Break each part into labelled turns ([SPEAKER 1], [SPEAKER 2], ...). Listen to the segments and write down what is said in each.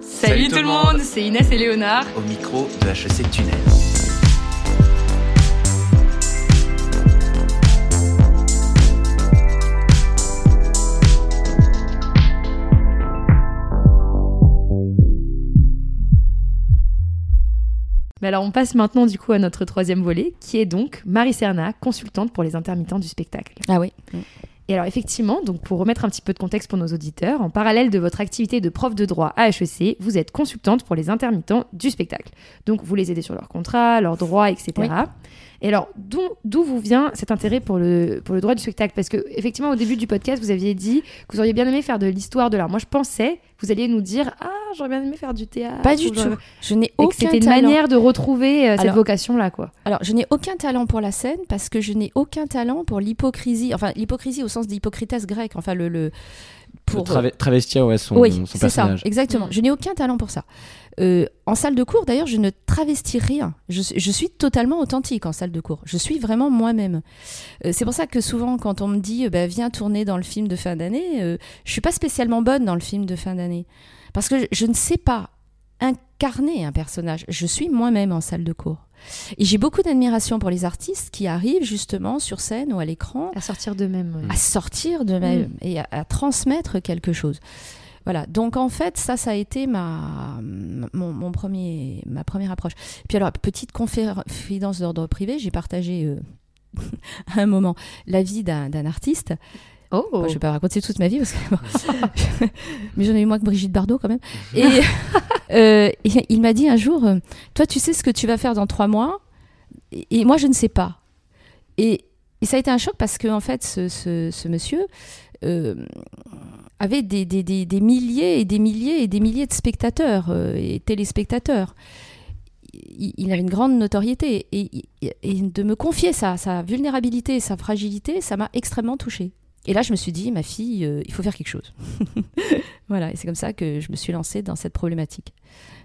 [SPEAKER 1] Salut, tout le monde, c'est Inès et Léonard.
[SPEAKER 2] Au micro de HEC Tunnel.
[SPEAKER 1] Mais Bah alors on passe maintenant du coup à notre troisième volet, qui est donc Marie Serna, consultante pour les intermittents du spectacle.
[SPEAKER 3] Ah oui.
[SPEAKER 1] Et alors effectivement, donc pour remettre un petit peu de contexte pour nos auditeurs, en parallèle de votre activité de prof de droit à HEC, vous êtes consultante pour les intermittents du spectacle. Donc vous les aidez sur leurs contrats, leurs droits, etc.
[SPEAKER 3] Oui.
[SPEAKER 1] Et alors d'où d'où vous vient cet intérêt pour le, pour le droit du spectacle Parce que effectivement au début du podcast, vous aviez dit que vous auriez bien aimé faire de l'histoire de l'art. Moi je pensais que vous alliez nous dire ah j'aurais bien aimé faire du théâtre.
[SPEAKER 3] Pas du
[SPEAKER 1] ou j'aurais-
[SPEAKER 3] tout. Ah, Je n'ai
[SPEAKER 1] Et
[SPEAKER 3] aucun
[SPEAKER 1] que c'était une
[SPEAKER 3] talent.
[SPEAKER 1] manière de retrouver euh, cette
[SPEAKER 3] Alors-
[SPEAKER 1] vocation-là, quoi.
[SPEAKER 3] Alors, je n'ai aucun talent pour la scène parce que je n'ai aucun talent pour l'hypocrisie. Enfin, l'hypocrisie au sens d'hypocritas grec. Enfin, le. le
[SPEAKER 4] Pour travestir ouais, son,
[SPEAKER 3] euh, oui,
[SPEAKER 4] son
[SPEAKER 3] c'est ça,
[SPEAKER 4] personnage.
[SPEAKER 3] exactement.
[SPEAKER 1] Mm.
[SPEAKER 3] Je n'ai aucun talent pour ça. Euh, en salle de cours, d'ailleurs, je ne travestis rien. Je, suis- je suis totalement authentique en salle de cours. Je suis vraiment moi-même. Euh, c'est pour ça que souvent, quand on me dit euh, bah, viens tourner dans le film de fin d'année, euh, je suis pas spécialement bonne dans le film de fin d'année parce que je, je ne sais pas incarner un personnage. Je suis moi-même en salle de cours. Et j'ai beaucoup d'admiration pour les artistes qui arrivent justement sur scène ou à l'écran
[SPEAKER 1] À sortir d'eux-mêmes. ouais.
[SPEAKER 3] à sortir de même et à, à transmettre quelque chose. Voilà, donc en fait, ça, ça a été ma, mon, mon premier, ma première approche. Puis alors, petite confidence d'ordre privé, j'ai partagé euh, à un moment la vie d'un d'un artiste.
[SPEAKER 1] Oh,
[SPEAKER 3] Bon, je vais pas raconter toute ma vie, parce que, bon, mais j'en ai eu moins que Brigitte Bardot quand même. Et euh, et il m'a dit un jour, euh, toi, tu sais ce que tu vas faire dans trois mois, et, et moi, je ne sais pas. Et, et ça a été un choc parce que en fait, ce, ce- ce monsieur euh, avait des, des- des- des milliers et des milliers et des milliers de spectateurs euh, et téléspectateurs. Il, il avait une grande notoriété et, et- et de me confier sa, sa vulnérabilité, sa fragilité, ça m'a extrêmement touchée. Et là, je me suis dit, ma fille, euh, il faut faire quelque chose. voilà, et c'est comme ça que je me suis lancée dans cette problématique,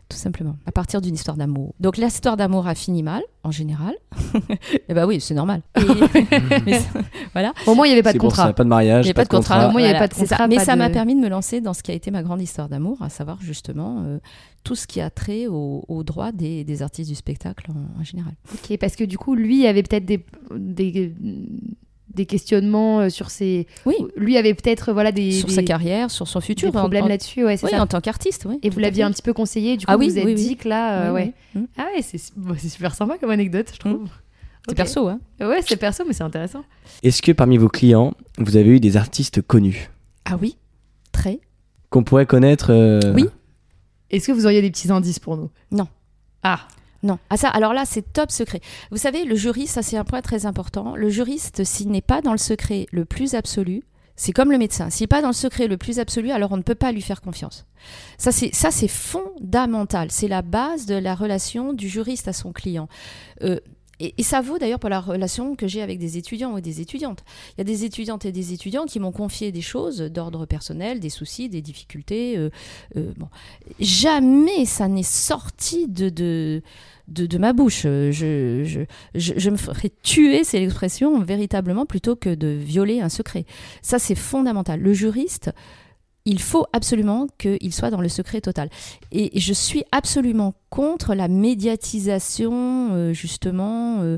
[SPEAKER 3] tout simplement, à partir d'une histoire d'amour. Donc, l'histoire d'amour a fini mal, en général. et bah oui, c'est normal. Mais ça- voilà.
[SPEAKER 1] Au moins, il n'y avait pas de
[SPEAKER 4] C'est pour
[SPEAKER 1] contrat.
[SPEAKER 4] ça, pas de mariage,
[SPEAKER 3] Il n'y a pas de contrat.
[SPEAKER 1] Au moins, il y avait
[SPEAKER 3] voilà,
[SPEAKER 1] pas de
[SPEAKER 3] c'est ça.
[SPEAKER 1] contrat,
[SPEAKER 3] Mais
[SPEAKER 1] pas
[SPEAKER 3] ça
[SPEAKER 1] de-
[SPEAKER 3] m'a permis de me lancer dans ce qui a été ma grande histoire d'amour, à savoir justement euh, tout ce qui a trait au, au droit des, des artistes du spectacle en, en général.
[SPEAKER 1] Ok, parce que du coup, lui avait peut-être des, des, des questionnements euh, sur ses.
[SPEAKER 3] Oui.
[SPEAKER 1] Lui avait peut-être voilà des,
[SPEAKER 3] sur
[SPEAKER 1] des-
[SPEAKER 3] sa carrière, sur son
[SPEAKER 1] des
[SPEAKER 3] futur. en-
[SPEAKER 1] problèmes
[SPEAKER 3] en,
[SPEAKER 1] là-dessus, ouais, c'est
[SPEAKER 3] oui,
[SPEAKER 1] ça.
[SPEAKER 3] en tant qu'artiste, oui.
[SPEAKER 1] Et vous
[SPEAKER 3] tout à
[SPEAKER 1] l'aviez
[SPEAKER 3] fait.
[SPEAKER 1] un petit peu conseillé, du coup,
[SPEAKER 3] Ah
[SPEAKER 1] vous
[SPEAKER 3] oui,
[SPEAKER 1] vous êtes
[SPEAKER 3] oui, oui.
[SPEAKER 1] dit que là, euh,
[SPEAKER 3] Oui,
[SPEAKER 1] ouais.
[SPEAKER 3] oui. Mm.
[SPEAKER 1] Ah ouais, c'est bon, c'est super sympa comme anecdote, je trouve.
[SPEAKER 3] C'est
[SPEAKER 1] Ok.
[SPEAKER 3] perso, hein.
[SPEAKER 1] Ouais, c'est perso, mais c'est intéressant.
[SPEAKER 4] Est-ce que parmi vos clients, vous avez eu des artistes connus
[SPEAKER 3] Ah oui, très.
[SPEAKER 4] qu'on pourrait connaître euh,
[SPEAKER 3] Oui.
[SPEAKER 1] Est-ce que vous auriez des petits indices pour nous
[SPEAKER 3] Non.
[SPEAKER 1] Ah,
[SPEAKER 3] Non. Ah ça, alors là, c'est top secret. Vous savez, le juriste, ça c'est un point très important. Le juriste, s'il n'est pas dans le secret le plus absolu, c'est comme le médecin. S'il n'est pas dans le secret le plus absolu, alors on ne peut pas lui faire confiance. Ça, c'est ça, c'est fondamental. C'est la base de la relation du juriste à son client. Euh, et, et ça vaut d'ailleurs pour la relation que j'ai avec des étudiants ou des étudiantes. Il y a des étudiantes et des étudiants qui m'ont confié des choses d'ordre personnel, des soucis, des difficultés. euh, euh, bon. Jamais ça n'est sorti de, de, de, de ma bouche. Euh, Je, je, je, je me ferais tuer, c'est l'expression, véritablement, plutôt que de violer un secret. Ça, c'est fondamental. Le juriste, il faut absolument qu'il soit dans le secret total. Et je suis absolument contre la médiatisation, euh, justement, euh,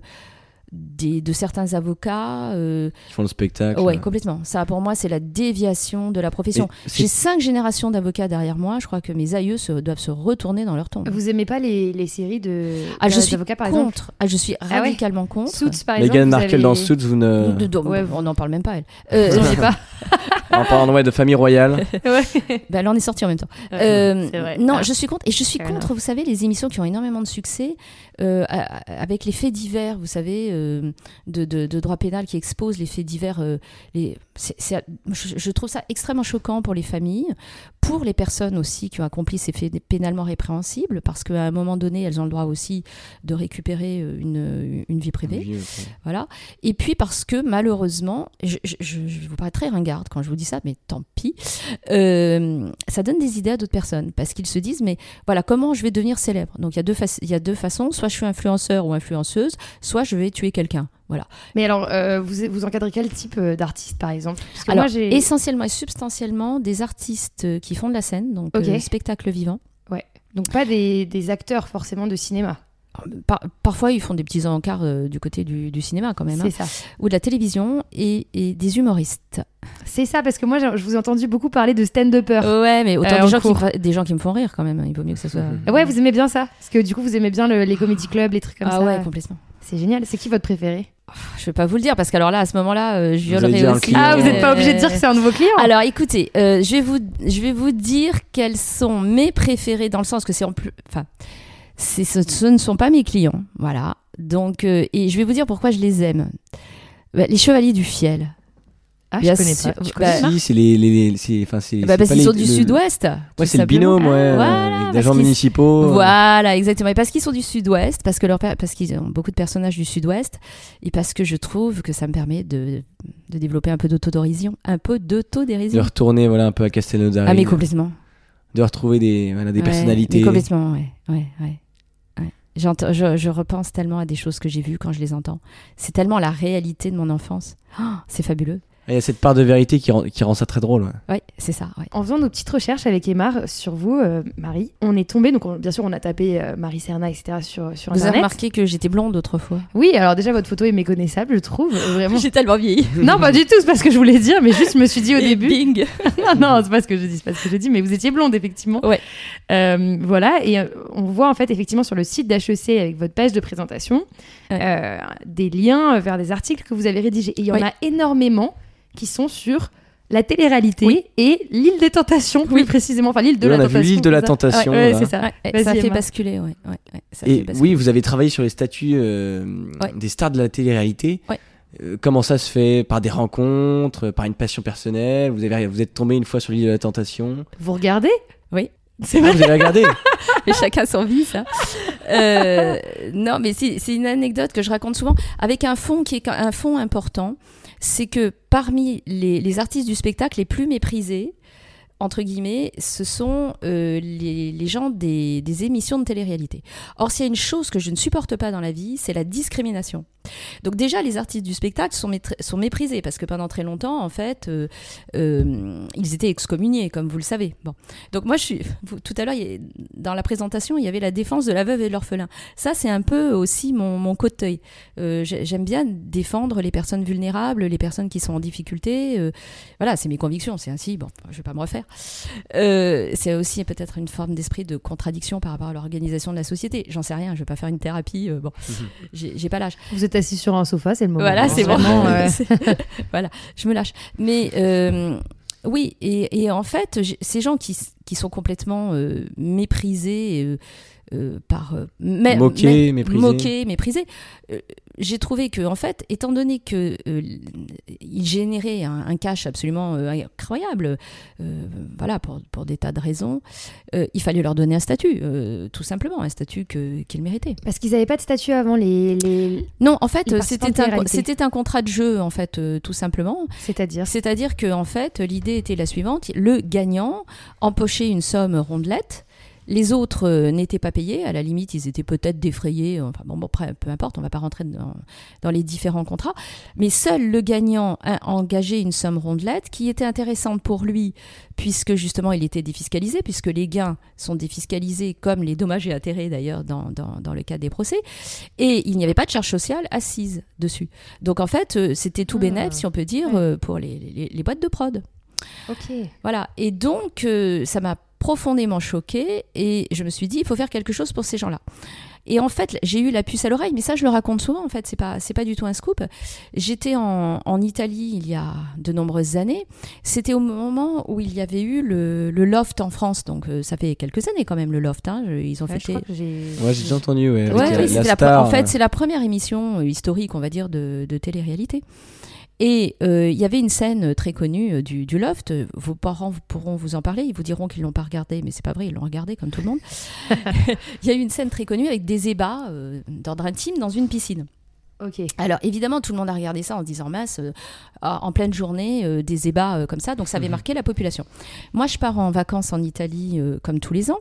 [SPEAKER 3] des, de certains avocats. euh,
[SPEAKER 4] Qui font le spectacle.
[SPEAKER 3] ouais, complètement. Ça, pour moi, c'est la déviation de la
[SPEAKER 4] Et
[SPEAKER 3] profession.
[SPEAKER 4] c'est-
[SPEAKER 3] J'ai cinq générations d'avocats derrière moi. Je crois que mes aïeux se- doivent se retourner dans leur tombe.
[SPEAKER 1] vous aimez pas les, les séries de
[SPEAKER 3] Ah, je
[SPEAKER 1] d'a-
[SPEAKER 3] suis
[SPEAKER 1] d'avocats, par exemple
[SPEAKER 3] contre. Ah, je suis
[SPEAKER 1] ouais.
[SPEAKER 3] radicalement contre.
[SPEAKER 1] Suits, par exemple.
[SPEAKER 4] Meghan
[SPEAKER 1] vous
[SPEAKER 4] Markle
[SPEAKER 1] avez-
[SPEAKER 4] dans Suits, vous ne.
[SPEAKER 3] De- de-
[SPEAKER 1] Ouais.
[SPEAKER 3] On n'en parle même pas, elle.
[SPEAKER 1] Vous
[SPEAKER 3] Euh,
[SPEAKER 1] auriez pas
[SPEAKER 4] En parlant ouais, de famille royale.
[SPEAKER 1] Ouais.
[SPEAKER 3] bah, elle en est sortie en même temps. Euh,
[SPEAKER 1] Ah.
[SPEAKER 3] non, je suis contre. Et je suis
[SPEAKER 1] fair
[SPEAKER 3] contre, vous savez, les émissions qui ont énormément de succès euh, à- à- avec les faits divers, vous savez, euh, de, de- de droit pénal qui exposent les faits divers. euh, les, c'est- c'est- je, je trouve ça extrêmement choquant pour les familles, pour les personnes aussi qui ont accompli ces faits pénalement répréhensibles, parce qu'à un moment donné, elles ont le droit aussi de récupérer euh, une, une vie privée. Voilà. Et puis parce que malheureusement, je, je, je- je vous paraît très ringarde quand je vous dis ça, mais tant pis, euh, ça donne des idées à d'autres personnes parce qu'ils se disent mais voilà comment je vais devenir célèbre. Donc il y a deux fac- il y a deux façons, soit je suis influenceur ou influenceuse, soit je vais tuer quelqu'un. Voilà.
[SPEAKER 1] Mais alors, euh, vous, vous encadrez quel type euh, d'artiste, par exemple Parce que
[SPEAKER 3] Alors
[SPEAKER 1] moi, j'ai-
[SPEAKER 3] essentiellement et substantiellement des artistes euh, qui font de la scène, donc
[SPEAKER 1] Ok.
[SPEAKER 3] euh, spectacle vivant.
[SPEAKER 1] Ouais. Donc pas des, des acteurs forcément de cinéma.
[SPEAKER 3] Par- parfois, ils font des petits encarts euh, du côté du, du cinéma quand même, hein,
[SPEAKER 1] C'est ça.
[SPEAKER 3] ou de la télévision et, et des humoristes.
[SPEAKER 1] C'est ça, parce que moi, j'ai- je vous ai entendu beaucoup parler de stand-upper.
[SPEAKER 3] Ouais, mais autant
[SPEAKER 1] Euh, en
[SPEAKER 3] des, gens qui,
[SPEAKER 1] cours.
[SPEAKER 3] me- des gens qui me font rire quand même. Il vaut mieux que ça soit. Ah
[SPEAKER 1] Ah Ouais, vous aimez bien ça Parce que du coup, vous aimez bien le- les comédie clubs, les trucs comme
[SPEAKER 3] ah
[SPEAKER 1] ça.
[SPEAKER 3] ouais, complètement.
[SPEAKER 1] C'est génial. C'est qui votre préféré
[SPEAKER 3] Je vais pas vous le dire parce qu'alors là, à ce moment-là, euh, je
[SPEAKER 4] Vous allez
[SPEAKER 3] violerai
[SPEAKER 4] dire un
[SPEAKER 3] aussi.
[SPEAKER 4] client.
[SPEAKER 1] Ah, vous
[SPEAKER 4] êtes
[SPEAKER 1] n'êtes pas obligé de dire que c'est un nouveau client.
[SPEAKER 3] Alors écoutez, euh, je, vais vous, je vais vous dire quels sont mes préférés dans le sens que c'est en plus. Enfin, c'est- ce, ce ne sont pas mes clients. Voilà. Donc, euh, et je vais vous dire pourquoi je les aime. Bah, les Chevaliers du Fiel.
[SPEAKER 1] ah,
[SPEAKER 3] bien
[SPEAKER 1] je connais
[SPEAKER 3] sûr.
[SPEAKER 1] pas. Tu
[SPEAKER 3] Bah,
[SPEAKER 1] connais pas
[SPEAKER 4] Si, c'est les. les, les- c'est, enfin, c'est,
[SPEAKER 3] Bah,
[SPEAKER 4] c'est
[SPEAKER 3] parce
[SPEAKER 4] pas
[SPEAKER 3] qu'ils
[SPEAKER 4] les-
[SPEAKER 3] sont du
[SPEAKER 4] le-
[SPEAKER 3] Sud-Ouest.
[SPEAKER 4] Ouais,
[SPEAKER 3] tout
[SPEAKER 4] c'est le
[SPEAKER 3] simplement.
[SPEAKER 4] binôme, ouais.
[SPEAKER 3] Ah,
[SPEAKER 4] avec
[SPEAKER 3] voilà,
[SPEAKER 4] des agents
[SPEAKER 3] parce qu'ils-
[SPEAKER 4] municipaux. euh,
[SPEAKER 3] Voilà, exactement. Et parce qu'ils sont du Sud-Ouest, parce que leur per- parce qu'ils ont beaucoup de personnages du Sud-Ouest, et parce que je trouve que ça me permet de, de développer un peu d'autodérision, un peu
[SPEAKER 4] De
[SPEAKER 3] d'autodérision.
[SPEAKER 4] retourner voilà, un peu à Castelnaudary.
[SPEAKER 3] Ah mais complètement.
[SPEAKER 4] De retrouver des, voilà, des
[SPEAKER 3] Ouais,
[SPEAKER 4] personnalités.
[SPEAKER 3] Mais complètement, ouais, ouais, ouais. ouais. J'entends- Je, je repense tellement à des choses que j'ai vues quand je les entends. C'est tellement la réalité de mon enfance. Ah, c'est fabuleux.
[SPEAKER 4] Ah, Il y a cette part de vérité qui rend, qui rend ça très drôle. ouais.
[SPEAKER 3] Ouais, c'est ça. Ouais.
[SPEAKER 1] En faisant nos petites recherches avec Emar sur vous, euh, Marie, on est tombé. Donc, on- bien sûr, on a tapé euh, Marie Serna, etc. sur, sur
[SPEAKER 3] Vous avez
[SPEAKER 1] Internet.
[SPEAKER 3] remarqué que j'étais blonde autrefois.
[SPEAKER 1] Oui, alors déjà, votre photo est méconnaissable, je trouve. euh, Vraiment.
[SPEAKER 3] Ah J'ai tellement vieilli.
[SPEAKER 1] non, pas du tout, c'est pas ce que je voulais dire, mais juste, je me suis dit au
[SPEAKER 3] Et
[SPEAKER 1] début.
[SPEAKER 3] bing.
[SPEAKER 1] non, non, c'est pas ce que je dis, c'est pas ce que je dis, mais vous étiez blonde, effectivement.
[SPEAKER 3] Ouais.
[SPEAKER 1] Euh, voilà, et euh, on voit en fait, effectivement, sur le site d'HEC, avec votre page de présentation,
[SPEAKER 3] Ouais.
[SPEAKER 1] euh, des liens vers des articles que vous avez rédigés. Et il y en
[SPEAKER 3] Oui.
[SPEAKER 1] a énormément qui sont sur la télé-réalité et l'île des tentations, plus
[SPEAKER 3] Oui.
[SPEAKER 1] précisément. Enfin, l'île de la
[SPEAKER 4] Là, on a vu
[SPEAKER 1] tentation.
[SPEAKER 4] l'île de la
[SPEAKER 1] c'est ça
[SPEAKER 4] tentation,
[SPEAKER 1] Ouais, ouais,
[SPEAKER 4] là.
[SPEAKER 1] c'est ça.
[SPEAKER 3] Ouais, ouais,
[SPEAKER 1] Vas-y,
[SPEAKER 3] ça fait
[SPEAKER 1] Emma.
[SPEAKER 3] basculer. Ouais, ouais, ouais, ça fait
[SPEAKER 4] Et
[SPEAKER 3] basculer.
[SPEAKER 4] oui, vous avez travaillé sur les statuts euh,
[SPEAKER 3] Ouais.
[SPEAKER 4] des stars de la télé-réalité.
[SPEAKER 3] Ouais.
[SPEAKER 4] Euh, comment ça se fait Par des rencontres, euh, par une passion personnelle Vous, avez, vous êtes tombé une fois sur l'île de la tentation
[SPEAKER 1] Vous regardez
[SPEAKER 3] Oui.
[SPEAKER 1] C'est
[SPEAKER 4] Ah,
[SPEAKER 1] vrai.
[SPEAKER 4] Vous avez regardé
[SPEAKER 3] Mais chacun son vie, ça. Euh, non, mais c'est c'est une anecdote que je raconte souvent, avec un fond qui est quand- un fond important. C'est que parmi les, les artistes du spectacle les plus méprisés, entre guillemets, ce sont euh, les, les gens des, des émissions de télé-réalité. Or, s'il y a une chose que je ne supporte pas dans la vie, c'est la discrimination. Donc déjà, les artistes du spectacle sont, maîtr- sont méprisés parce que pendant très longtemps, en fait, euh, euh, ils étaient excommuniés, comme vous le savez. Bon. Donc moi, je suis, vous- tout à l'heure, il y a- dans la présentation, il y avait la défense de la veuve et de l'orphelin. Ça, c'est un peu aussi mon, mon côté. Euh, j'ai- J'aime bien défendre les personnes vulnérables, les personnes qui sont en difficulté. euh, voilà, c'est mes convictions, c'est ainsi. Bon, je vais pas me refaire. Euh, c'est aussi peut-être une forme d'esprit de contradiction par rapport à l'organisation de la société. J'en sais rien, je vais pas faire une thérapie. euh, bon, j'ai j'ai pas l'âge.
[SPEAKER 1] Vous êtes assis sur un sofa, c'est le moment.
[SPEAKER 3] Voilà,
[SPEAKER 1] Hein,
[SPEAKER 3] c'est
[SPEAKER 1] vraiment,
[SPEAKER 3] vraiment.
[SPEAKER 1] euh,
[SPEAKER 3] voilà, je me lâche. Mais euh, oui, et, et en fait, j'ai- ces gens qui, s- qui sont complètement euh, méprisés euh, euh, par. euh, mais- mais-
[SPEAKER 4] Moqué, méprisé.
[SPEAKER 3] moqués, méprisés, euh, j'ai trouvé que, en fait, étant donné que euh, ils généraient un, un cash absolument euh, incroyable, euh, voilà, pour, pour des tas de raisons, euh, il fallait leur donner un statut, euh, tout simplement, un statut que- qu'ils méritaient.
[SPEAKER 1] Parce qu'ils n'avaient pas de statut avant, les, les...
[SPEAKER 3] Non, en fait,
[SPEAKER 1] Ils
[SPEAKER 3] euh,
[SPEAKER 1] participent
[SPEAKER 3] c'était
[SPEAKER 1] en
[SPEAKER 3] un,
[SPEAKER 1] télé-réalité.
[SPEAKER 3] c'était un contrat de jeu, en fait, euh, tout simplement.
[SPEAKER 1] c'est-à-dire.
[SPEAKER 3] C'est-à-dire que en fait, l'idée était la suivante le gagnant empochait une somme rondelette. Les autres euh, n'étaient pas payés, à la limite ils étaient peut-être défrayés, enfin bon, bon, après, peu importe, on va pas rentrer dans, dans les différents contrats, mais seul le gagnant a engagé une somme rondelette qui était intéressante pour lui, puisque justement il était défiscalisé, puisque les gains sont défiscalisés comme les dommages et intérêts d'ailleurs dans, dans- dans le cas des procès, et il n'y avait pas de charge sociale assise dessus. Donc en fait euh, c'était tout
[SPEAKER 1] Ah.
[SPEAKER 3] bénef si on peut dire,
[SPEAKER 1] Ouais.
[SPEAKER 3] euh, pour les, les- les boîtes de prod.
[SPEAKER 1] Ok.
[SPEAKER 3] Voilà. Et donc, euh, ça m'a profondément choquée et je me suis dit, il faut faire quelque chose pour ces gens-là. Et en fait, j'ai eu la puce à l'oreille, mais ça, je le raconte souvent, en fait, c'est pas, c'est pas du tout un scoop. J'étais en, en Italie il y a de nombreuses années. C'était au moment où il y avait eu le, le loft en France, donc euh, ça fait quelques années quand même, le loft. hein. Je- ils ont
[SPEAKER 1] Ouais, je
[SPEAKER 3] fêté.
[SPEAKER 1] crois que j'ai...
[SPEAKER 4] Ouais, j'ai déjà entendu. Ouais, avec,
[SPEAKER 3] Ouais,
[SPEAKER 4] euh,
[SPEAKER 3] oui, c'était la pre-
[SPEAKER 4] star,
[SPEAKER 3] en fait,
[SPEAKER 4] euh,
[SPEAKER 3] c'est la première émission euh, historique, on va dire, de, de télé-réalité. Et euh, il y avait une scène euh, très connue euh, du, du Loft. Euh, Vos parents vous- pourront vous en parler. Ils vous diront qu'ils l'ont pas regardé, mais c'est pas vrai, ils l'ont regardé comme tout le monde. il y a eu une scène très connue avec des ébats euh, d'ordre intime dans une piscine.
[SPEAKER 1] Ok.
[SPEAKER 3] Alors évidemment, tout le monde a regardé ça en se disant mince, euh, ah, en pleine journée, euh, des ébats euh, comme ça. Donc ça
[SPEAKER 4] Mhm.
[SPEAKER 3] avait marqué la population. Moi, je pars en vacances en Italie euh, comme tous les ans.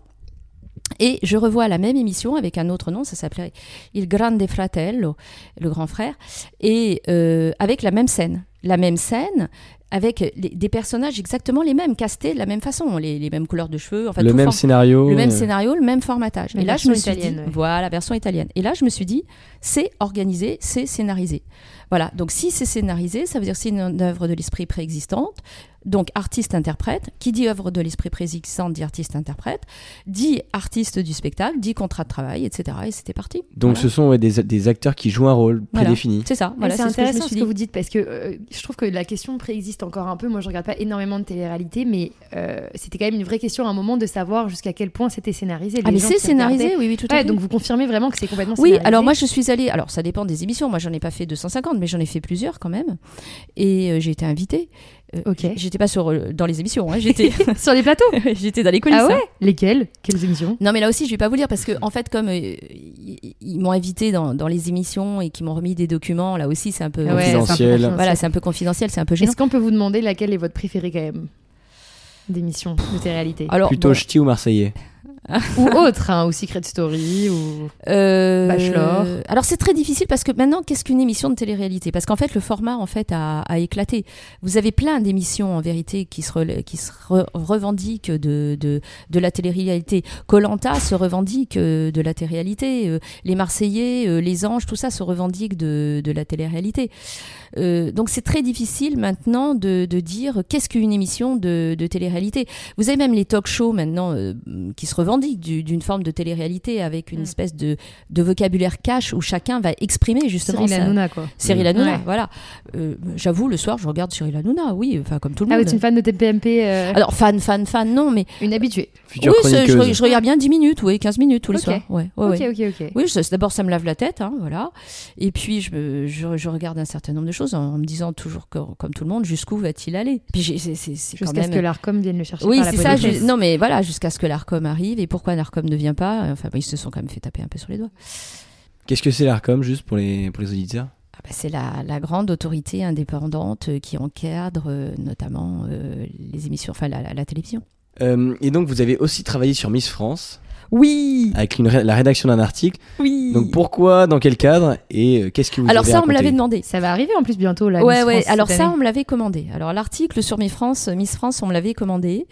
[SPEAKER 3] Et je revois la même émission avec un autre nom, ça s'appelait Il Grande Fratello, le grand frère, et euh, avec la même scène. la même scène avec les- des personnages exactement les mêmes, castés de la même façon, les, les mêmes couleurs de cheveux, enfin,
[SPEAKER 4] le
[SPEAKER 3] tout
[SPEAKER 4] même
[SPEAKER 3] for-
[SPEAKER 4] scénario.
[SPEAKER 3] le même
[SPEAKER 4] euh,
[SPEAKER 3] scénario, le même formatage.
[SPEAKER 1] Mais
[SPEAKER 3] et là, je
[SPEAKER 1] version
[SPEAKER 3] me suis
[SPEAKER 1] italienne,
[SPEAKER 3] dit,
[SPEAKER 1] ouais.
[SPEAKER 3] voilà, version italienne. Et là, je me suis dit, c'est organisé, c'est scénarisé. Voilà, donc si c'est scénarisé, ça veut dire que c'est une œuvre de l'esprit préexistante. Donc artiste-interprète, qui dit œuvre de l'esprit préexistante dit artiste-interprète, dit artiste du spectacle, dit contrat de travail, etc. Et c'était parti.
[SPEAKER 4] Donc
[SPEAKER 3] Voilà.
[SPEAKER 4] ce sont ouais, des, des acteurs qui jouent un rôle
[SPEAKER 3] Voilà.
[SPEAKER 4] prédéfini.
[SPEAKER 3] C'est ça,
[SPEAKER 1] Mais
[SPEAKER 3] voilà,
[SPEAKER 1] c'est
[SPEAKER 3] ce que je me
[SPEAKER 1] intéressant ce
[SPEAKER 3] suis
[SPEAKER 1] que
[SPEAKER 3] dit.
[SPEAKER 1] vous dites parce que euh, je trouve que la question préexiste encore un peu. Moi, je regarde pas énormément de télé-réalité, mais euh, c'était quand même une vraie question à un moment de savoir jusqu'à quel point c'était scénarisé.
[SPEAKER 3] Ah
[SPEAKER 1] Les
[SPEAKER 3] mais
[SPEAKER 1] gens
[SPEAKER 3] c'est
[SPEAKER 1] qui regardaient-
[SPEAKER 3] scénarisé, oui, oui, tout à
[SPEAKER 1] Ouais,
[SPEAKER 3] fait.
[SPEAKER 1] donc vous confirmez vraiment que c'est complètement
[SPEAKER 3] Oui,
[SPEAKER 1] scénarisé.
[SPEAKER 3] alors moi je suis allée, alors ça dépend des émissions, moi j'en ai pas fait 250, mais j'en ai fait plusieurs quand même, et euh, j'ai été invitée. Euh,
[SPEAKER 1] Ok.
[SPEAKER 3] j- J'étais pas sur, euh, dans les émissions, hein, j'étais
[SPEAKER 1] sur les plateaux.
[SPEAKER 3] j'étais dans les coulisses.
[SPEAKER 1] ah ouais
[SPEAKER 3] hein.
[SPEAKER 1] Lesquels Quelles émissions
[SPEAKER 3] Non mais là aussi je vais pas vous lire parce que en fait comme euh, ils ils m'ont invité dans, dans les émissions et qu'ils m'ont remis des documents, là aussi c'est un peu...
[SPEAKER 1] Ah ouais, c'est un peu
[SPEAKER 4] Euh, confidentiel.
[SPEAKER 1] confidentiel.
[SPEAKER 3] Voilà, c'est un peu confidentiel, c'est un peu gênant.
[SPEAKER 1] Est-ce qu'on peut vous demander laquelle est votre préférée quand même d'émission de télé-réalité
[SPEAKER 3] Alors,
[SPEAKER 4] Plutôt
[SPEAKER 3] bon,
[SPEAKER 4] ch'ti ou marseillais.
[SPEAKER 1] ou autre hein, ou Secret Story ou
[SPEAKER 3] euh,
[SPEAKER 1] Bachelor.
[SPEAKER 3] Alors c'est très difficile parce que maintenant qu'est-ce qu'une émission de télé-réalité Parce qu'en fait le format en fait a, a éclaté. Vous avez plein d'émissions en vérité qui se, rela- qui se re- revendiquent de, de, de la télé-réalité. Colanta se revendique euh, de la télé-réalité. Euh, Les Marseillais, euh, les Anges, tout ça se revendique de, de la télé-réalité. Euh, donc c'est très difficile maintenant de, de dire qu'est-ce qu'une émission de, de télé-réalité. Vous avez même les talk-shows maintenant euh, qui se revendiquent du- d'une forme de télé-réalité avec une
[SPEAKER 1] Mm.
[SPEAKER 3] espèce de, de vocabulaire cash où chacun va exprimer justement
[SPEAKER 1] Cyril
[SPEAKER 3] sa-
[SPEAKER 1] Hanouna quoi.
[SPEAKER 3] Cyril Hanouna,
[SPEAKER 1] Ouais.
[SPEAKER 3] voilà. Euh, J'avoue, le soir, je regarde Cyril Hanouna, oui, enfin comme tout le
[SPEAKER 1] Ah oui,
[SPEAKER 3] monde.
[SPEAKER 1] tu es une fan de TPMP, euh,
[SPEAKER 3] Alors fan, fan, fan, non, mais
[SPEAKER 1] une habituée.
[SPEAKER 4] Future
[SPEAKER 3] oui, c'est- je,
[SPEAKER 4] chroniqueuse.
[SPEAKER 3] re- je regarde bien 10 minutes, oui, 15 minutes tous les
[SPEAKER 1] Ok.
[SPEAKER 3] soirs. Ouais, ouais, ouais.
[SPEAKER 1] ok, ok, ok.
[SPEAKER 3] Oui, je- d'abord ça me lave la tête, hein, voilà. Et puis je, me- je, je regarde un certain nombre de choses en, en me disant toujours que- comme tout le monde, jusqu'où va-t-il aller Puis j'ai- c'est c'est- c'est quand
[SPEAKER 1] Jusqu'à ce
[SPEAKER 3] même.
[SPEAKER 1] que l'Arcom vienne le chercher.
[SPEAKER 3] oui,
[SPEAKER 1] par la
[SPEAKER 3] c'est
[SPEAKER 1] peau
[SPEAKER 3] ça.
[SPEAKER 1] des fesses.
[SPEAKER 3] ju- Non, mais voilà, jusqu'à ce que l'Arcom arrive et pourquoi l'Arcom ne vient pas. Enfin, bon, ils se sont quand même fait taper un peu sur les doigts.
[SPEAKER 4] Qu'est-ce que c'est l'ARCOM, juste pour les, pour les auditeurs
[SPEAKER 3] Ah bah, c'est la, la grande autorité indépendante euh, qui encadre euh, notamment euh, les émissions, enfin la, la- la télévision.
[SPEAKER 4] Euh, Et donc, vous avez aussi travaillé sur Miss France,
[SPEAKER 3] Oui,
[SPEAKER 4] avec une ré- la rédaction d'un article.
[SPEAKER 3] oui.
[SPEAKER 4] Donc, pourquoi, dans quel cadre, et euh, qu'est-ce que vous
[SPEAKER 3] Alors
[SPEAKER 4] avez
[SPEAKER 3] ça, on me
[SPEAKER 4] raconté
[SPEAKER 3] l'avait demandé.
[SPEAKER 1] Ça va arriver en plus bientôt là.
[SPEAKER 3] ouais,
[SPEAKER 1] Miss
[SPEAKER 3] ouais.
[SPEAKER 1] France,
[SPEAKER 3] Alors
[SPEAKER 1] cette
[SPEAKER 3] ça,
[SPEAKER 1] année.
[SPEAKER 3] on me l'avait commandé. Alors l'article sur Miss France, euh, Miss France, on me l'avait commandé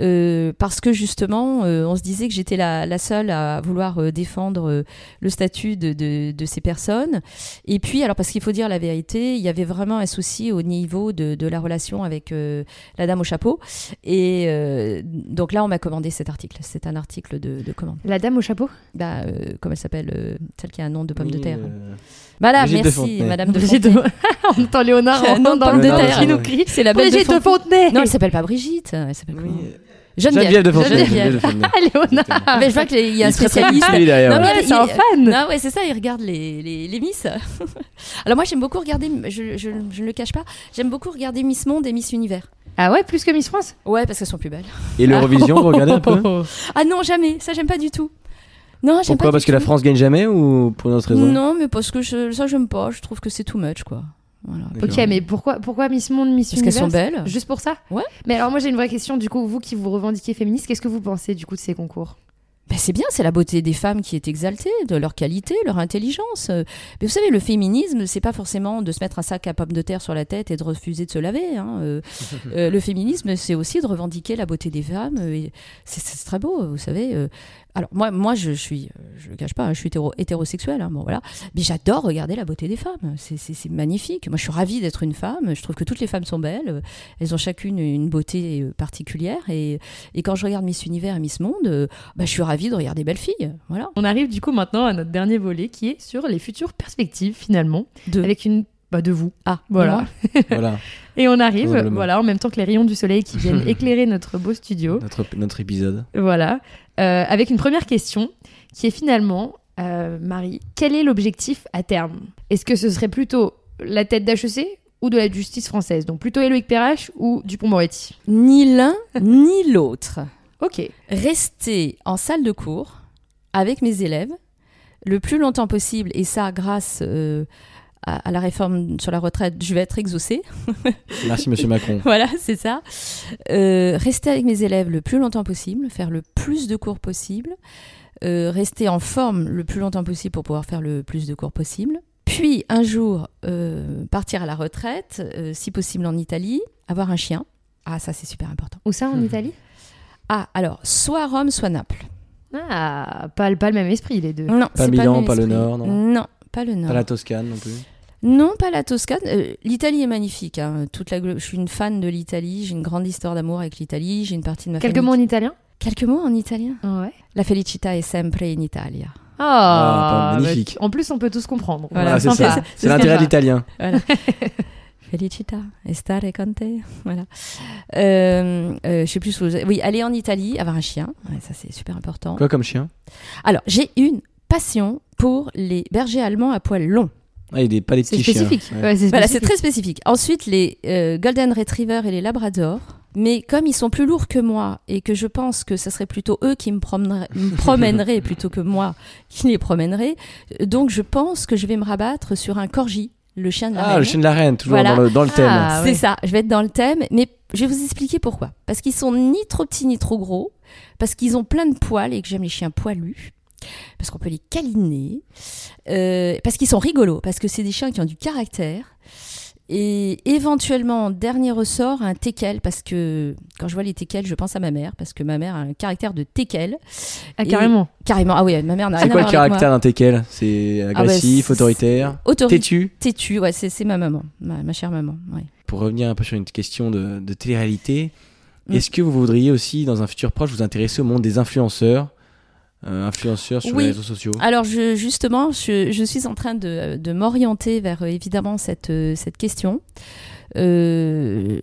[SPEAKER 3] euh, parce que justement, euh, on se disait que j'étais la, la seule à vouloir euh, défendre euh, le statut de, de- de ces personnes. Et puis, alors parce qu'il faut dire la vérité, il y avait vraiment un souci au niveau de, de la relation avec euh, la dame au chapeau. Et euh, donc là, on m'a commandé cet article. C'est un article de, de commande.
[SPEAKER 1] La dame au chapeau
[SPEAKER 3] Bah, euh, comment elle s'appelle euh, Celle qui a un nom de pomme de
[SPEAKER 4] Oui,
[SPEAKER 3] terre.
[SPEAKER 4] euh,
[SPEAKER 3] Madame,
[SPEAKER 4] Brigitte de
[SPEAKER 3] merci,
[SPEAKER 4] Fontenay.
[SPEAKER 3] Madame de
[SPEAKER 1] Brigitte de-
[SPEAKER 3] Fontenay.
[SPEAKER 1] On entend Léonard
[SPEAKER 3] C'est un
[SPEAKER 1] en-
[SPEAKER 3] nom de
[SPEAKER 1] dans
[SPEAKER 3] pomme
[SPEAKER 1] le
[SPEAKER 4] de
[SPEAKER 1] détail
[SPEAKER 4] terre.
[SPEAKER 1] qui nous crie.
[SPEAKER 3] C'est la belle
[SPEAKER 1] Brigitte
[SPEAKER 3] de
[SPEAKER 1] de
[SPEAKER 3] Fontenay.
[SPEAKER 1] Fontenay
[SPEAKER 3] Non, elle s'appelle pas Brigitte. Elle s'appelle
[SPEAKER 4] oui,
[SPEAKER 3] comment
[SPEAKER 4] euh,
[SPEAKER 3] Geneviève.
[SPEAKER 4] Geneviève de Fontenay.
[SPEAKER 3] Geneviève.
[SPEAKER 4] Geneviève de Fontenay.
[SPEAKER 1] Ah, Léonard
[SPEAKER 4] Exactement.
[SPEAKER 3] Ah, mais je vois qu'il y a un
[SPEAKER 4] Il serait très
[SPEAKER 3] spécialiste.
[SPEAKER 4] cultivé derrière.
[SPEAKER 3] Non,
[SPEAKER 4] ouais.
[SPEAKER 1] Ouais,
[SPEAKER 3] il-
[SPEAKER 1] C'est un
[SPEAKER 3] il-
[SPEAKER 1] fan
[SPEAKER 3] Ah Non, ouais, c'est ça, il regarde les, les, les Miss. Alors, moi, j'aime beaucoup regarder, je, je, je ne le cache pas, j'aime beaucoup regarder Miss Monde et Miss Univers.
[SPEAKER 1] Ah ouais, plus que Miss France
[SPEAKER 3] Ouais, parce qu'elles sont plus belles.
[SPEAKER 4] Et l'Eurovision, vous regardez un peu
[SPEAKER 3] Ah non, jamais, ça, j'aime pas du tout. Non, j'aime pas.
[SPEAKER 4] Pourquoi
[SPEAKER 3] du
[SPEAKER 4] Parce que la
[SPEAKER 3] tout.
[SPEAKER 4] France gagne jamais ou pour une autre raison
[SPEAKER 3] Non, mais parce que je, ça, j'aime pas, je trouve que c'est too much, quoi. Voilà.
[SPEAKER 1] Ok,
[SPEAKER 4] Genre.
[SPEAKER 1] mais pourquoi, pourquoi Miss Monde, Miss
[SPEAKER 3] Parce qu'elles sont
[SPEAKER 1] Univers
[SPEAKER 3] belles.
[SPEAKER 1] Juste pour ça
[SPEAKER 3] Ouais.
[SPEAKER 1] Mais alors moi j'ai une vraie question, du coup, vous qui vous revendiquez féministe, qu'est-ce que vous pensez du coup de ces concours
[SPEAKER 3] Ben, c'est bien, c'est la beauté des femmes qui est exaltée, de leur qualité, leur intelligence. Euh, Mais vous savez, le féminisme, c'est pas forcément de se mettre un sac à pommes de terre sur la tête et de refuser de se laver. hein. Euh, euh, le féminisme, c'est aussi de revendiquer la beauté des femmes. euh, et C'est c'est très beau, vous savez. euh. Alors moi, moi, je, suis, euh, je le cache pas, hein, je suis hétéro- hétérosexuelle. hein, bon voilà, mais j'adore regarder la beauté des femmes. C'est- C'est c'est magnifique. Moi, je suis ravie d'être une femme. Je trouve que toutes les femmes sont belles. Euh, Elles ont chacune une beauté euh, particulière. Et, et quand je regarde Miss Univers et Miss Monde, euh, bah, je suis ravie de regarder belles filles. Voilà.
[SPEAKER 1] On arrive du coup maintenant à notre dernier volet qui est sur les futures perspectives finalement,
[SPEAKER 3] De...
[SPEAKER 1] avec une... Bah de vous.
[SPEAKER 3] Ah,
[SPEAKER 1] Voilà.
[SPEAKER 3] moi.
[SPEAKER 4] Voilà,
[SPEAKER 1] Et on arrive,
[SPEAKER 4] Probablement.
[SPEAKER 1] voilà, en même temps que les rayons du soleil qui viennent éclairer notre beau studio.
[SPEAKER 4] notre, notre épisode.
[SPEAKER 1] Voilà. Euh, avec une première question qui est finalement, euh, Marie, quel est l'objectif à terme Est-ce que ce serait plutôt la tête d'HEC ou de la justice française Donc plutôt Éloïc Perrache ou Dupont-Moretti
[SPEAKER 3] Ni l'un ni l'autre.
[SPEAKER 1] Ok.
[SPEAKER 3] Rester en salle de cours avec mes élèves le plus longtemps possible, et ça grâce euh, à, à la réforme sur la retraite, je vais être exaucée.
[SPEAKER 4] Merci, monsieur Macron.
[SPEAKER 3] voilà, c'est ça. Euh, rester avec mes élèves le plus longtemps possible, faire le plus de cours possible, euh, rester en forme le plus longtemps possible pour pouvoir faire le plus de cours possible. Puis un jour, euh, partir à la retraite, euh, si possible en Italie, avoir un chien. Ah, ça c'est super important.
[SPEAKER 1] Où ça, en
[SPEAKER 4] Mhm.
[SPEAKER 1] Italie
[SPEAKER 3] Ah, alors, soit Rome, soit Naples.
[SPEAKER 1] Ah, pas, pas le même esprit, les deux.
[SPEAKER 3] Non, c'est
[SPEAKER 4] Milan,
[SPEAKER 3] même
[SPEAKER 4] pas le
[SPEAKER 3] esprit.
[SPEAKER 4] Nord, non.
[SPEAKER 3] pas le Nord.
[SPEAKER 4] Pas la Toscane non plus.
[SPEAKER 3] Non, pas la Toscane. Euh, L'Italie est magnifique. hein. Toute la... glo- Je suis une fan de l'Italie. J'ai une grande histoire d'amour avec l'Italie. J'ai une partie de ma
[SPEAKER 1] Quelques
[SPEAKER 3] famille.
[SPEAKER 1] mots en italien
[SPEAKER 3] Quelques mots en italien.
[SPEAKER 1] Ouais.
[SPEAKER 3] La felicità è sempre in Italia.
[SPEAKER 1] Ah,
[SPEAKER 4] Ah, bah,
[SPEAKER 1] bah,
[SPEAKER 4] magnifique.
[SPEAKER 1] en plus, on peut tous comprendre.
[SPEAKER 3] Voilà,
[SPEAKER 4] Ah, c'est
[SPEAKER 1] sympa.
[SPEAKER 4] ça. C'est
[SPEAKER 1] sympa.
[SPEAKER 4] l'intérêt de l'italien.
[SPEAKER 3] Felicita, estare con te. Voilà. Euh, euh, je sais plus où. j'ai- Oui, aller en Italie, avoir un chien. Ouais, ça, c'est super important.
[SPEAKER 4] Quoi comme chien
[SPEAKER 3] Alors, j'ai une passion pour les bergers allemands à poils longs.
[SPEAKER 4] Ah, il est pas des
[SPEAKER 1] C'est
[SPEAKER 4] petits chiens.
[SPEAKER 1] spécifique.
[SPEAKER 4] Ouais.
[SPEAKER 1] Ouais, c'est
[SPEAKER 3] Voilà, c'est
[SPEAKER 1] spécifique.
[SPEAKER 3] très spécifique. Ensuite, les euh, Golden Retriever et les Labrador. Mais comme ils sont plus lourds que moi et que je pense que ce serait plutôt eux qui me promèneraient, me promèneraient plutôt que moi qui les promènerais, euh, donc je pense que je vais me rabattre sur un corgi, le chien de la
[SPEAKER 4] Ah,
[SPEAKER 3] reine.
[SPEAKER 4] le chien de la reine, toujours
[SPEAKER 3] Voilà.
[SPEAKER 4] dans, le, dans le thème.
[SPEAKER 1] Ah,
[SPEAKER 3] C'est
[SPEAKER 1] ouais.
[SPEAKER 3] ça, je vais être dans le thème, mais je vais vous expliquer pourquoi. Parce qu'ils sont ni trop petits ni trop gros, parce qu'ils ont plein de poils et que j'aime les chiens poilus, parce qu'on peut les câliner, euh, parce qu'ils sont rigolos, parce que c'est des chiens qui ont du caractère. Et éventuellement, en dernier ressort, un teckel, parce que quand je vois les teckels, je pense à ma mère, parce que ma mère a un caractère de teckel.
[SPEAKER 1] Ah, carrément.
[SPEAKER 3] Carrément, ah oui, ma mère n'a rien
[SPEAKER 4] C'est
[SPEAKER 3] à
[SPEAKER 4] quoi le
[SPEAKER 3] voir avec moi.
[SPEAKER 4] caractère d'un teckel C'est
[SPEAKER 3] bah,
[SPEAKER 4] agressif,
[SPEAKER 3] c'est-
[SPEAKER 4] autoritaire,
[SPEAKER 3] Autorité.
[SPEAKER 4] têtu
[SPEAKER 3] Têtu, ouais, c'est c'est ma maman, ma, ma chère maman. ouais.
[SPEAKER 4] Pour revenir un peu sur une question de, de télé-réalité,
[SPEAKER 3] Mm.
[SPEAKER 4] est-ce que vous voudriez aussi, dans un futur proche, vous intéresser au monde des influenceurs euh, Influenceurs sur
[SPEAKER 3] Oui. Ah,
[SPEAKER 4] les réseaux sociaux
[SPEAKER 3] Alors je- justement, je, je suis en train de, de m'orienter vers euh, évidemment cette, euh, cette question. Euh,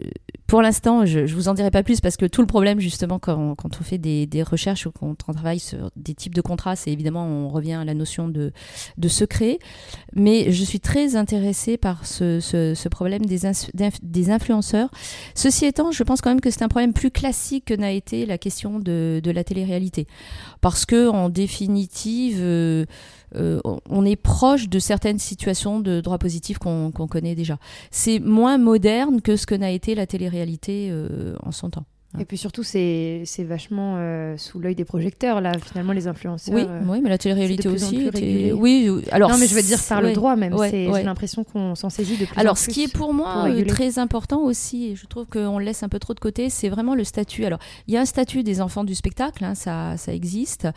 [SPEAKER 3] pour l'instant, je, je vous en dirai pas plus parce que tout le problème justement quand, quand on fait des, des recherches ou quand on travaille sur des types de contrats, c'est évidemment on revient à la notion de, de secret. Mais je suis très intéressée par ce, ce- ce problème des, ins- d'inf- des influenceurs. Ceci étant, je pense quand même que c'est un problème plus classique que n'a été la question de, de la télé-réalité parce que en définitive, euh, euh, on- on est proche de certaines situations de droit positif qu'on qu'on connaît déjà. C'est moins moderne que ce que n'a été la télé-réalité euh, en son temps.
[SPEAKER 1] Et puis surtout, c'est c'est vachement euh, sous l'œil des projecteurs, là, finalement, les influenceurs.
[SPEAKER 3] Oui,
[SPEAKER 1] euh.
[SPEAKER 3] oui, mais la télé-réalité
[SPEAKER 1] c'est de plus en
[SPEAKER 3] aussi.
[SPEAKER 1] plus
[SPEAKER 3] était-
[SPEAKER 1] régulé.
[SPEAKER 3] Oui, oui, alors
[SPEAKER 1] non, mais je veux dire par le
[SPEAKER 3] ouais.
[SPEAKER 1] droit même.
[SPEAKER 3] ouais,
[SPEAKER 1] c'est
[SPEAKER 3] ouais.
[SPEAKER 1] J'ai l'impression qu'on s'en saisit de plus en
[SPEAKER 3] Alors, ce
[SPEAKER 1] plus.
[SPEAKER 3] qui est pour
[SPEAKER 1] pour
[SPEAKER 3] moi euh,
[SPEAKER 1] réguler.
[SPEAKER 3] très important aussi, et je trouve qu'on le laisse un peu trop de côté, c'est vraiment le statut. Alors, il y a un statut des enfants du spectacle, hein, ça, ça existe,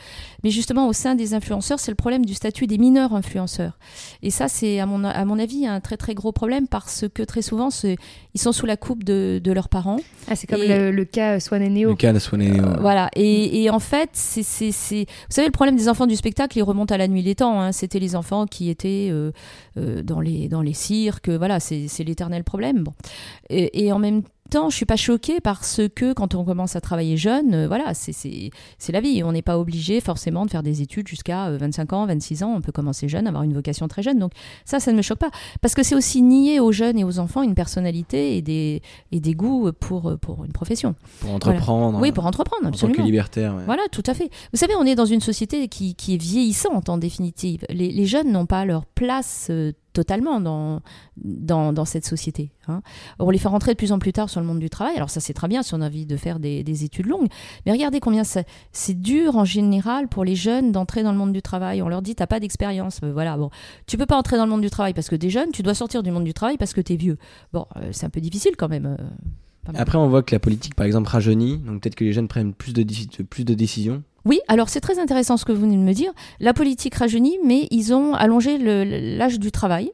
[SPEAKER 3] mais justement au sein des influenceurs, c'est le problème du statut des mineurs influenceurs. Et ça, c'est à mon, à mon avis un très très gros problème parce que très souvent, c'est- ils sont sous la coupe de, de leurs parents.
[SPEAKER 1] Ah, c'est comme
[SPEAKER 3] Et-
[SPEAKER 1] le, le cas euh, Swan et Neo.
[SPEAKER 4] Le cas de Swané, ouais.
[SPEAKER 3] Euh, Voilà. Et, et en fait, c'est, c'est, c'est... vous savez, le problème des enfants du spectacle, il remonte à la nuit des temps. hein. C'était les enfants qui étaient euh, euh, dans, les, dans les cirques. Voilà, c'est, c'est l'éternel problème. Bon. Et, et en même temps, je suis pas choquée parce que quand on commence à travailler jeune, euh, voilà, c'est, c'est, c'est la vie. On n'est pas obligé forcément de faire des études jusqu'à euh, 25 ans, 26 ans. On peut commencer jeune, avoir une vocation très jeune. Donc ça, ça ne me choque pas. Parce que c'est aussi nier aux jeunes et aux enfants une personnalité et des, et des goûts pour, pour une profession.
[SPEAKER 4] pour entreprendre
[SPEAKER 3] Oui, pour entreprendre,
[SPEAKER 4] en tant que
[SPEAKER 3] absolument.
[SPEAKER 4] libertaire. ouais.
[SPEAKER 3] Voilà, tout à fait. Vous savez, on est dans une société qui, qui est vieillissante en définitive. Les, les jeunes n'ont pas leur place euh, totalement dans, dans, dans cette société. hein. On les fait rentrer de plus en plus tard sur le monde du travail. Alors ça, c'est très bien si on a envie de faire des, des études longues. Mais regardez combien ça- c'est dur en général pour les jeunes d'entrer dans le monde du travail. On leur dit, t'as pas d'expérience. Euh, Voilà, bon. Tu peux pas entrer dans le monde du travail parce que t'es jeune, tu dois sortir du monde du travail parce que t'es vieux. Bon, euh, c'est un peu difficile quand même. euh, pas mal.
[SPEAKER 4] Après, on voit que la politique, par exemple, rajeunit, donc peut-être que les jeunes prennent plus de, déci- de- plus de décisions.
[SPEAKER 3] Oui, alors c'est très intéressant ce que vous venez de me dire. La politique rajeunit, mais ils ont allongé le- l'âge du travail,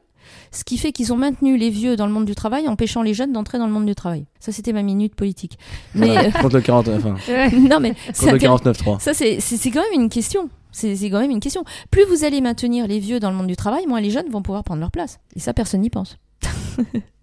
[SPEAKER 3] ce qui fait qu'ils ont maintenu les vieux dans le monde du travail, empêchant les jeunes d'entrer dans le monde du travail. Ça, c'était ma minute politique. Mais
[SPEAKER 4] Voilà, contre le 40 enfin,
[SPEAKER 1] Ouais.
[SPEAKER 3] non, mais c'est
[SPEAKER 4] contre le
[SPEAKER 3] intéressant.
[SPEAKER 4] 49.3.
[SPEAKER 3] Ça, c'est- c'est c'est quand même une question. C'est c'est quand même une question. Plus vous allez maintenir les vieux dans le monde du travail, moins les jeunes vont pouvoir prendre leur place. Et ça, personne n'y pense.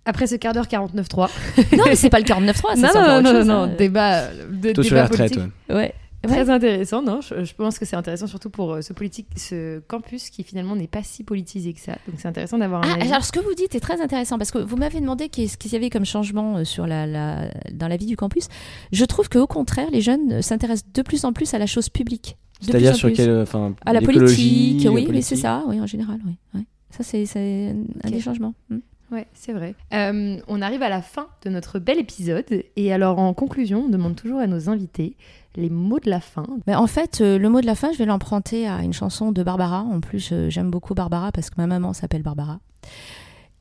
[SPEAKER 1] Après ce quart d'heure 49.3.
[SPEAKER 3] Non, mais c'est pas le 49-3. Ah, ça,
[SPEAKER 1] non,
[SPEAKER 3] c'est
[SPEAKER 1] non,
[SPEAKER 3] encore
[SPEAKER 1] non,
[SPEAKER 3] autre chose,
[SPEAKER 1] non,
[SPEAKER 3] hein.
[SPEAKER 1] débat, euh, de-
[SPEAKER 4] Tôt sur
[SPEAKER 1] débat
[SPEAKER 4] la retraite.
[SPEAKER 1] politique.
[SPEAKER 4] ouais.
[SPEAKER 3] Ouais.
[SPEAKER 1] Très intéressant, non je, je pense que c'est intéressant surtout pour euh, ce politique, ce campus qui finalement n'est pas si politisé que ça. Donc c'est intéressant d'avoir un
[SPEAKER 3] Ah,
[SPEAKER 1] avis.
[SPEAKER 3] alors ce que vous dites est très intéressant parce que vous m'avez demandé qu'est- ce qu'il y avait comme changement euh, sur la, la- dans la vie du campus. Je trouve qu'au contraire, les jeunes euh, s'intéressent de plus en plus à la chose publique. De plus
[SPEAKER 4] C'est-à-dire
[SPEAKER 3] en
[SPEAKER 4] sur
[SPEAKER 3] plus.
[SPEAKER 4] quelle. Enfin,
[SPEAKER 3] À Ah, la
[SPEAKER 4] l'écologie,
[SPEAKER 3] politique,
[SPEAKER 4] la
[SPEAKER 3] oui, oui,
[SPEAKER 4] politique.
[SPEAKER 3] c'est ça, oui, en général, oui. oui. Ça, c'est c'est un un
[SPEAKER 1] Ok.
[SPEAKER 3] des changements. Mm.
[SPEAKER 1] Ouais, c'est vrai. Euh, on arrive à la fin de notre bel épisode. Et alors, en conclusion, on demande toujours à nos invités les mots de la fin.
[SPEAKER 3] Mais en fait, euh, le mot de la fin, je vais l'emprunter à une chanson de Barbara. En plus, euh, j'aime beaucoup Barbara parce que ma maman s'appelle Barbara.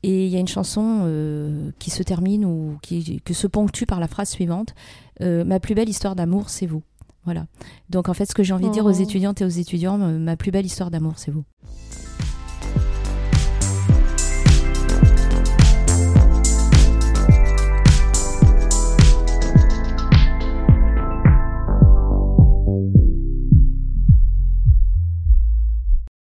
[SPEAKER 3] Et il y a une chanson euh, qui se termine ou qui que se ponctue par la phrase suivante euh, Ma plus belle histoire d'amour, c'est vous. Voilà. Donc en fait, ce que j'ai envie de dire aux
[SPEAKER 1] Oh.
[SPEAKER 3] étudiantes et aux étudiants, euh, ma plus belle histoire d'amour, c'est vous.